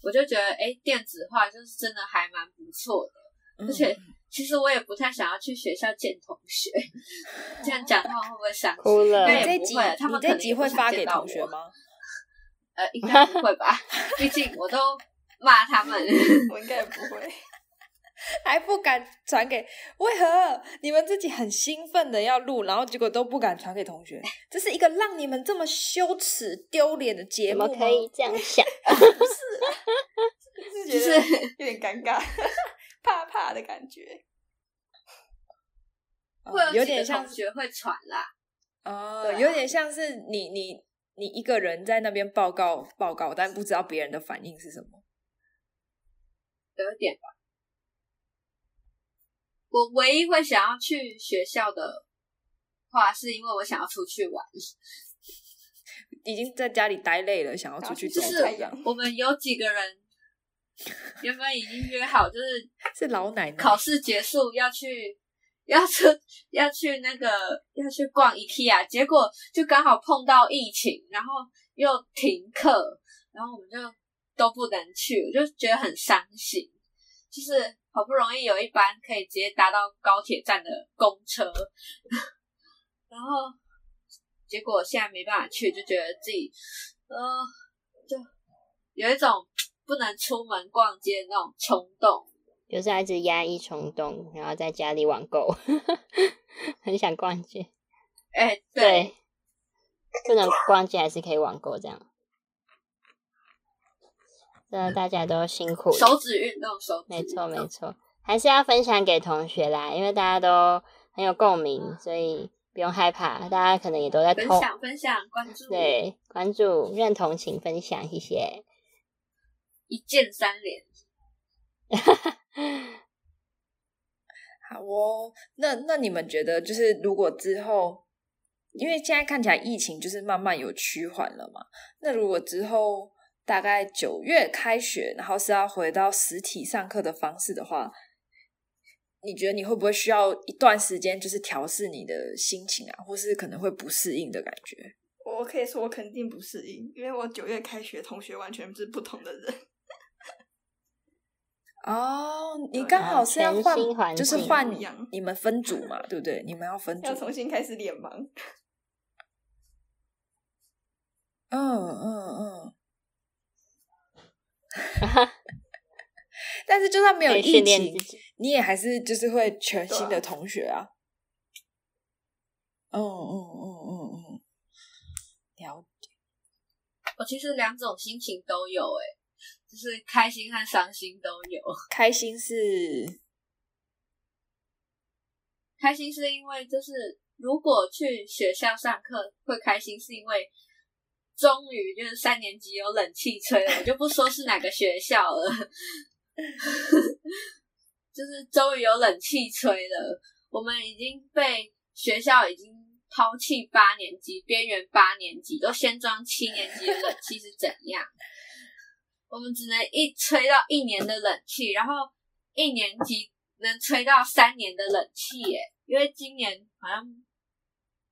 S1: 我就觉得，哎，电子化就是真的还蛮不错的，
S2: 嗯
S1: 而且其实我也不太想要去学校见同学， *laughs* 这样讲的话会不会想
S3: 哭了
S1: 对
S2: 你这
S1: 不
S2: 集
S1: 会啊他
S2: 你
S1: 们
S2: 这
S1: 可能
S2: 集
S1: 也不
S2: 会
S1: 想
S2: 发
S1: 见
S2: 给
S1: 到
S2: 同
S1: 我
S2: 学吗？ *laughs*
S1: 呃，应该不会吧？ *laughs* 毕竟我都骂他们。
S4: 我应该也不会。
S2: 还不敢传给，为何你们自己很兴奋的要录，然后结果都不敢传给同学？这是一个让你们这么羞耻丢脸的节
S3: 怎
S2: 目
S3: 么
S2: 吗？
S3: 可以这样想？
S4: *laughs* 就
S1: 就
S4: 是觉
S1: 是
S4: 得有点尴尬，怕怕的感觉。
S2: 哦
S1: *laughs* 会
S2: 有
S1: 几个
S2: 点像
S1: 同学会传啦，
S2: 哦，
S1: 对啊
S2: 有点像是你你你一个人在那边报告报告，但不知道别人的反应是什么。
S1: 有一点吧。我唯一会想要去学校的话，是因为我想要出去玩。
S2: 已经在家里待累了，想要出去走
S1: 就
S4: 然
S1: 是
S4: 后去晒
S2: 走，
S4: 阳
S1: 我们有几个人原本已经约好，就是
S2: 是老奶奶
S1: 考试结束要去要去 *laughs* 要去那个要去逛 IKEA，结果就刚好碰到疫情，然后又停课，然后我们就都不能去，我就觉得很伤心。就是好不容易有一班可以直接搭到高铁站的公车， *laughs* 然后结果现在没办法去，就觉得自己呃，就有一种不能出门逛街的那种冲动。
S3: 有时候一直压抑冲动，然后在家里网购， *laughs* 很想逛街。
S1: 哎、对，
S3: 对，不能逛街还是可以网购这样。真的大家都辛苦了，
S1: 手指运动，手指
S3: 没
S1: 运
S3: 错
S1: 动
S3: 没错，还是要分享给同学啦，因为大家都很有共鸣，所以不用害怕，大家可能也都在
S1: 分
S3: 同
S1: 享分享，关注，，
S3: 对关注认同，请分享，谢谢。
S1: 一键三连。
S2: 好哦，那那你们觉得，就是如果之后，因为现在看起来疫情就是慢慢有趋缓了嘛，那如果之后大概九月开学，然后是要回到实体上课的方式的话，你觉得你会不会需要一段时间，就是调试你的心情啊，或是可能会不适应的感觉？
S4: 我可以说我肯定不适应，因为我九月开学，同学完全是不同的人。
S2: 哦，你
S4: 对
S2: 刚
S4: 啊
S2: 好是要
S3: 全
S2: 换
S3: 新，环
S2: 就是
S3: 境
S2: 换
S4: 不一样
S2: 你们分组嘛，对不对？你们 *laughs* 要分组
S4: 要，重新开始脸盲。
S2: 嗯嗯嗯。 *laughs* 但是就算没有
S3: 可以
S2: 疫
S3: 训练自
S2: 情，
S3: 己，
S2: 你也还是就是会全新
S4: 对
S2: 的
S4: 啊
S2: 同学啊。嗯嗯嗯嗯嗯，了解。
S1: 我哦其实两种心情都有、哎，就是开心和伤心都有。 *laughs*
S2: 开心是
S1: 开心是因为就是如果去学校上课会开心，是因为终于就是三年级有冷气吹了，我就不说是哪个学校了，就是终于有冷气吹了。我们已经被学校已经抛弃八年级，边缘八年级都先装七年级的冷气是怎样？我们只能一吹到一年的冷气，然后一年级能吹到三年的冷气耶，因为今年好像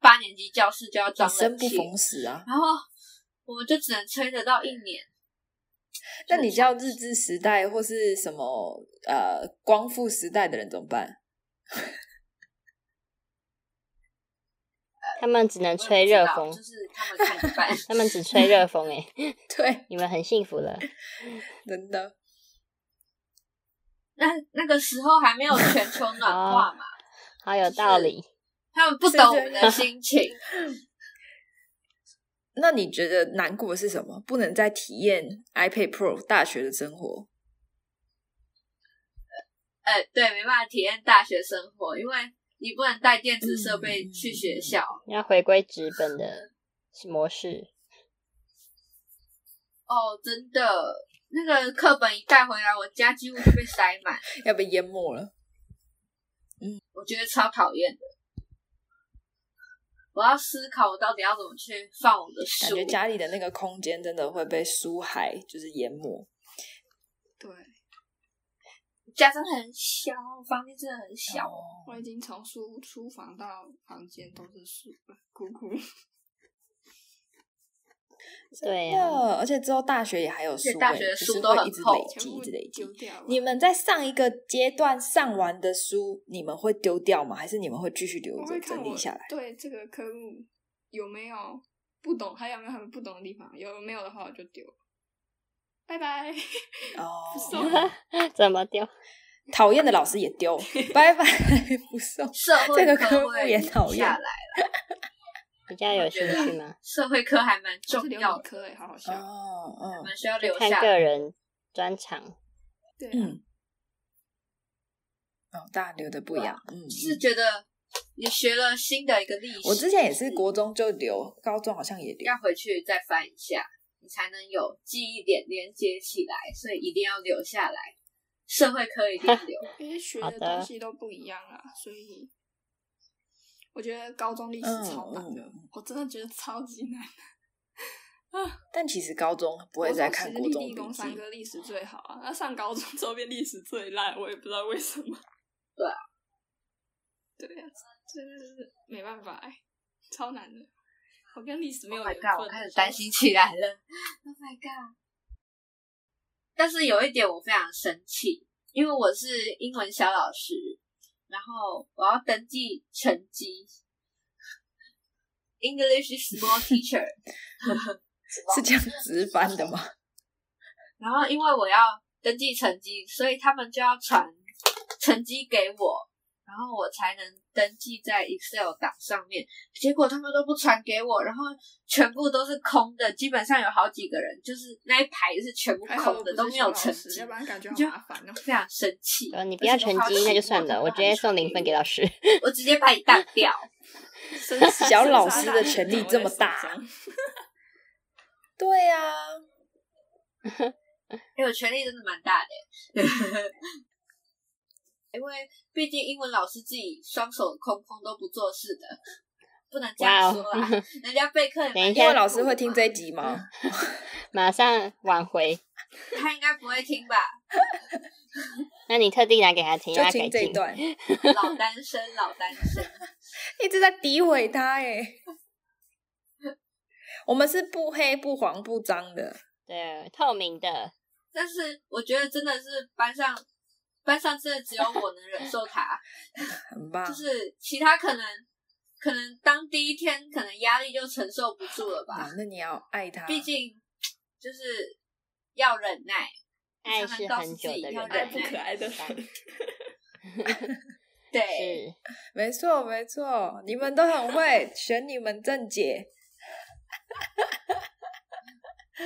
S1: 八年级教室就要
S2: 你
S1: 装
S2: 生
S1: 冷
S2: 不
S1: 气，
S2: 逢时啊。
S1: 然后我们就只能吹得到一年。
S2: 那你叫日治时代或是什么呃光复时代的人怎么办？
S3: 他们只能
S1: 我也
S3: 吹
S1: 不知道
S3: 热风，
S1: 就是他们看着办。
S3: *laughs* 他们只吹热风、欸，
S2: 对，
S3: 你们很幸福
S1: *laughs*
S3: 了。
S2: 真的。
S1: 那那个时候还没有全球暖
S2: 哦
S1: 化嘛，
S3: 好有道理，
S1: 他们不懂我们的心情。
S2: 那你觉得难过的是什么？不能再体验 iPad Pro 大学的生活。
S1: 呃，呃，对，没办法体验大学生活，因为你不能带电子设备
S2: 嗯
S1: 去学校。
S3: 要回归纸本的模式。
S1: 哦，真的，那个课本一带回来，我家几乎就被塞满，
S2: 要被淹没了。
S1: 我觉得超讨厌的。我要思考我到底要怎么去放我的
S2: 感
S1: 书
S2: 觉。家里的那个空间真的会被书海就是淹没。
S4: 对，
S1: 家真的很小，房间真的很小。
S2: 哦
S4: 我已经从书书房到房间都是书了，哭
S2: *laughs*
S4: 哭。
S3: 对
S2: 真
S3: 啊，
S2: 的而且之后大学也还有书、
S1: 且
S2: 欸，
S1: 大学
S2: 只是
S1: 书都
S2: 会
S1: 很
S2: 一直
S1: 厚
S2: 累
S4: 全
S2: 积，
S4: 部
S2: 一直累积
S4: 丢。掉了。
S2: 你们在上一个阶段上完的书，你们会丢掉吗？还是你们会继续留
S4: 我
S2: 着
S4: 会看
S2: 整
S4: 我
S2: 理下来？
S4: 对这个科目有没有不懂，还有没有他们不懂的地方？有没有的话我就丢了，拜
S2: *laughs*
S4: 拜。
S2: 哦，
S4: 不送了
S3: 啊怎么丢？
S2: 讨厌的老师也
S4: *laughs*
S2: 丢，拜拜，不送。
S1: 社会
S2: 这个科
S1: 科
S2: 目
S1: 会
S2: 也讨厌
S1: 下来，
S3: 比较有兴趣吗？
S1: 社会科还蛮
S4: 我
S1: 重
S4: 是留
S1: 要
S4: 理
S1: 的，
S4: 科哎，好好笑。
S2: 哦，嗯
S1: 蛮需要留
S3: 看
S1: 下
S3: 个人专长。
S4: 对啊、
S2: 嗯，哦，大家留的不一样，
S4: 啊
S2: 嗯，
S1: 就是觉得也学了新的一个历史。嗯
S2: 我之前也是国中就留，高中好像也留
S1: 要，回去再翻一下，你才能有记忆点连接起来，所以一定要留下来。社会科一定要留，
S4: 因为学
S3: 好
S4: 的
S3: 的
S4: 东西都不一样啦，所以我觉得高中历史超难的，
S2: 嗯嗯
S4: 我真的觉得超级难。
S2: 但其实高中不会再看国
S4: 国
S2: 中笔
S4: 中史立地工三
S2: 记。
S4: 个历史最好啊，那上高中之后变历史最烂，我也不知道
S2: *laughs*
S4: 为什么。
S1: 对啊，
S4: 对啊，真的是没办法、欸，超难的。我跟历史 *laughs* 没
S1: Oh
S4: 有
S1: my
S4: 缘分。
S1: god！我开始担心起来了。Oh my god！但是有一点我非常生气，因为我是英文小老师，然后我要登记成绩，English Small Teacher，
S2: 是这样直翻的吗？
S1: 然后因为我要登记成绩，所以他们就要传成绩给我，然后我才能登记在 Excel 档上面。结果他们都不传给我，然后全部都是空的，基本上有好几个人就是那一排是全部
S4: 还好
S1: 空
S4: 我
S1: 的，
S4: 哎不
S1: 都
S4: 是
S1: 没
S4: 小
S1: 有
S4: 老
S1: 成
S4: 师，
S1: 绩
S4: 要，不然感觉好
S1: 就
S4: 麻烦哦。
S1: 非常生气。
S3: 呃，你不要成绩那就算了，我直接送
S1: 嗯
S3: 零分给老师。
S1: 我直接把你当掉。
S2: *laughs* 小老师的权力这么大
S4: 掌握在手上
S2: 对呀、啊，
S1: 哎、我权力真的蛮大的欸， *laughs* 因为毕竟英文老师自己双手空空都不做事的，不能这样说啦。
S2: 哦
S1: *laughs* 人家备课也蛮
S3: 等
S2: 因
S3: 一下
S2: 为
S1: 辛苦
S2: 老师会听
S1: 嘛
S3: 啊
S2: 这一集
S3: 嗯
S2: 吗？
S3: 马上挽回。
S1: 他应该不会听吧？
S3: 那你特地拿给他听，
S2: 就
S3: 让他改
S2: 听这一
S3: 进。
S2: 段，
S1: 老单身，老单身，
S2: 一直在诋毁他哎、我们是不黑不黄不脏的，
S3: 对，透明的。
S1: 但是我觉得真的是班上，班上真的只有我能忍
S2: *laughs*
S1: 受他，
S2: 很棒
S1: 就。是其他可能，可能当第一天可能压力就承受不住了吧
S2: 啊，，那你要爱他，
S1: 毕竟就是要忍耐。
S3: 爱
S1: 常常
S3: 是
S1: 告
S3: 很
S1: 诉自
S3: 久
S1: 己
S3: 的
S1: 要
S3: 忍耐，
S1: 忍
S4: 爱不
S2: 哎
S4: 可爱的人， *laughs*
S1: 对，
S3: 是
S2: 没错没错，你们都很会，选你们正解。 *laughs*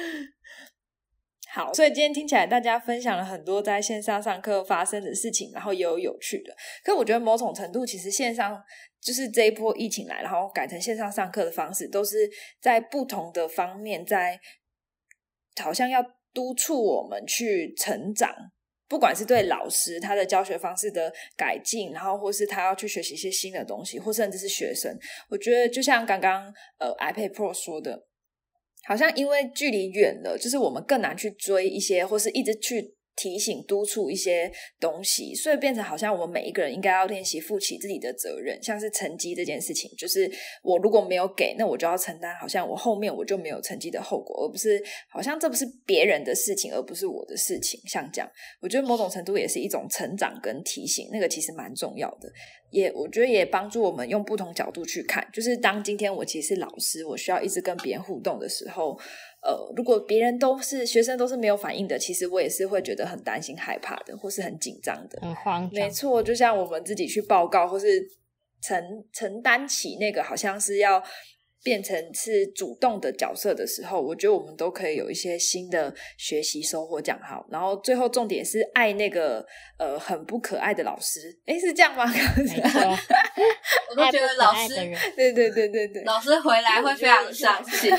S2: 好，所以今天听起来大家分享了很多在线上上课发生的事情，然后也有有趣的。可我觉得某种程度，其实线上就是这一波疫情来，然后改成线上上课的方式，都是在不同的方面在，好像要督促我们去成长。不管是对老师他的教学方式的改进，然后或是他要去学习一些新的东西，或甚至是学生，我觉得就像刚刚呃 iPad Pro 说的，好像因为距离远了，就是我们更难去追一些，或是一直去提醒、督促一些东西，所以变成好像我们每一个人应该要练习负起自己的责任，像是成绩这件事情，就是我如果没有给，那我就要承担，好像我后面我就没有成绩的后果，而不是好像这不是别人的事情，而不是我的事情，像这样，我觉得某种程度也是一种成长跟提醒，那个其实蛮重要的。也我觉得也帮助我们用不同角度去看。就是当今天我其实是老师，我需要一直跟别人互动的时候，呃，如果别人都是学生都是没有反应的，其实我也是会觉得很担心、害怕的，或是很紧张的。
S3: 很慌张
S2: 没。错，就像我们自己去报告或是承承担起那个好像是要变成是主动的角色的时候，我觉得我们都可以有一些新的学习收获。讲好，然后最后重点是爱那个呃很不可爱的老师，诶，是这样吗？
S3: 没错，
S1: 我都觉得老
S3: 爱不可爱的
S1: 师
S3: 人
S2: 对对对对对，
S1: 老师回来会非常伤心，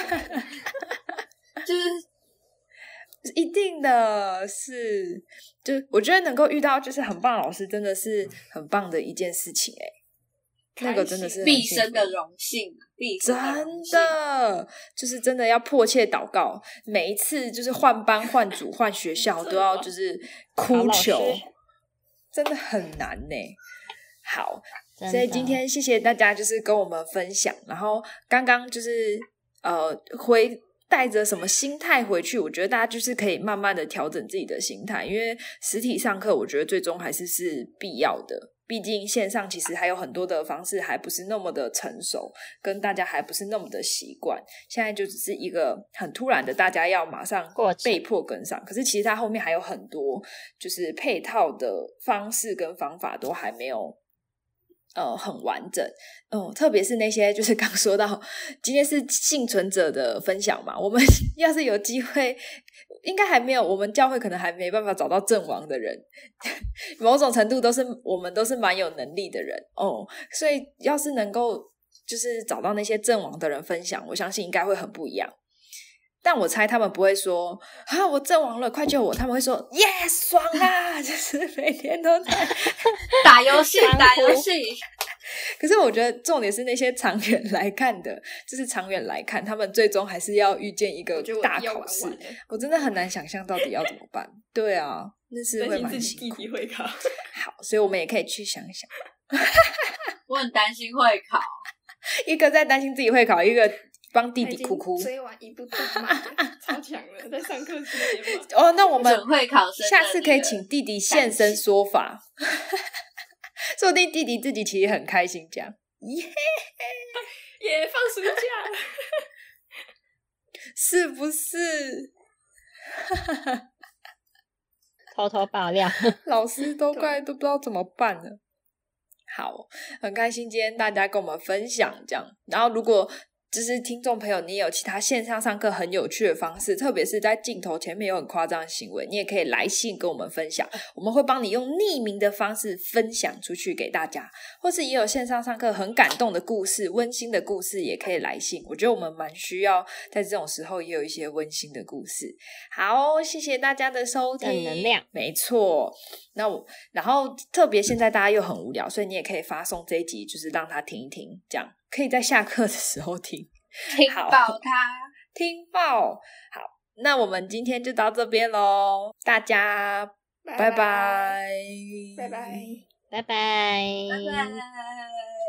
S1: 就是
S2: 一定的是，就我觉得能够遇到就是很棒的老师，真的是很棒的一件事情、诶，那个真的是很
S1: 毕
S2: 幸福
S1: 生的荣幸，啊毕生
S2: 真
S1: 的荣幸。
S2: 的就是真的要迫切祷告，每一次就是换班、换组、换学校
S3: *laughs*
S2: 都要就是哭求
S3: 找老师，
S2: 真的很难呢、好，
S3: 真的
S2: 所以今天谢谢大家，就是跟我们分享。然后刚刚就是呃，回带着什么心态回去？我觉得大家就是可以慢慢的调整自己的心态，因为实体上课，我觉得最终还是是必要的。毕竟线上其实还有很多的方式还不是那么的成熟，跟大家还不是那么的习惯。现在就只是一个很突然的，大家要马上
S3: 过程
S2: 被迫跟上。可是其实它后面还有很多就是配套的方式跟方法都还没有。呃，很完整，嗯，特别是那些就是刚说到，今天是幸存者的分享嘛，我们 *laughs* 要是有机会，应该还没有，我们教会可能还没办法找到阵亡的人， *laughs* 某种程度都是我们都是蛮有能力的人哦，所以要是能够就是找到那些阵亡的人分享，我相信应该会很不一样。但我猜他们不会说啊，我阵亡了，快救我！他们会说耶，爽啊！ *laughs* 就是每天都在
S1: 打游戏
S3: 欢，呼
S1: 打游戏，
S2: 可是我觉得重点是那些长远来看的，就是长远来看，他们最终还是要遇见一个
S4: 我觉得我
S2: 大
S4: 要
S2: 考
S4: 玩
S2: 试。
S4: 完了，
S2: 我真的很难想象到底要怎么办。对啊，那是会
S4: 担
S2: 蛮
S4: 心自己
S2: 辛
S4: 弟
S2: 苦
S4: 弟。会考，
S2: 好，所以我们也可以去想一想，
S1: 我很担心会考。
S2: 一个在担心自己会考，一个帮弟
S4: 他已
S2: 弟
S4: 经
S2: 哭哭。
S4: 追完一部动
S2: *laughs*
S4: 漫了，超强了，在上课时间嘛。
S2: 哦，那我们
S1: 准会考生的
S2: 下次可以
S1: 那个
S2: 请弟弟现身说法， *laughs* 说不定弟弟自己其实很开心这样。耶、
S4: 耶，放暑假了，
S2: 是不是？
S3: 偷偷爆料，
S2: *laughs*
S3: *laughs*
S2: 老师都
S4: 对
S2: 快都不知道怎么办了。好，很开心今天大家跟我们分享这样。然后，如果就是听众朋友，你有其他线上上课很有趣的方式，特别是在镜头前面有很夸张的行为，你也可以来信跟我们分享，我们会帮你用匿名的方式分享出去给大家。或是也有线上上课很感动的故事、温馨的故事，也可以来信。我觉得我们蛮需要在这种时候也有一些温馨的故事。好，谢谢大家的收听，
S3: 正能量，
S2: 没错。那我，然后特别现在大家又很无聊，所以你也可以发送这一集，就是让他听一听，这样可以在下课的时候听，
S1: 听
S2: 好
S1: 爆他。
S2: 听爆。好，那我们今天就到这边喽，大家拜
S4: 拜
S2: 拜，
S4: 拜拜。
S3: 拜拜，
S1: 拜拜。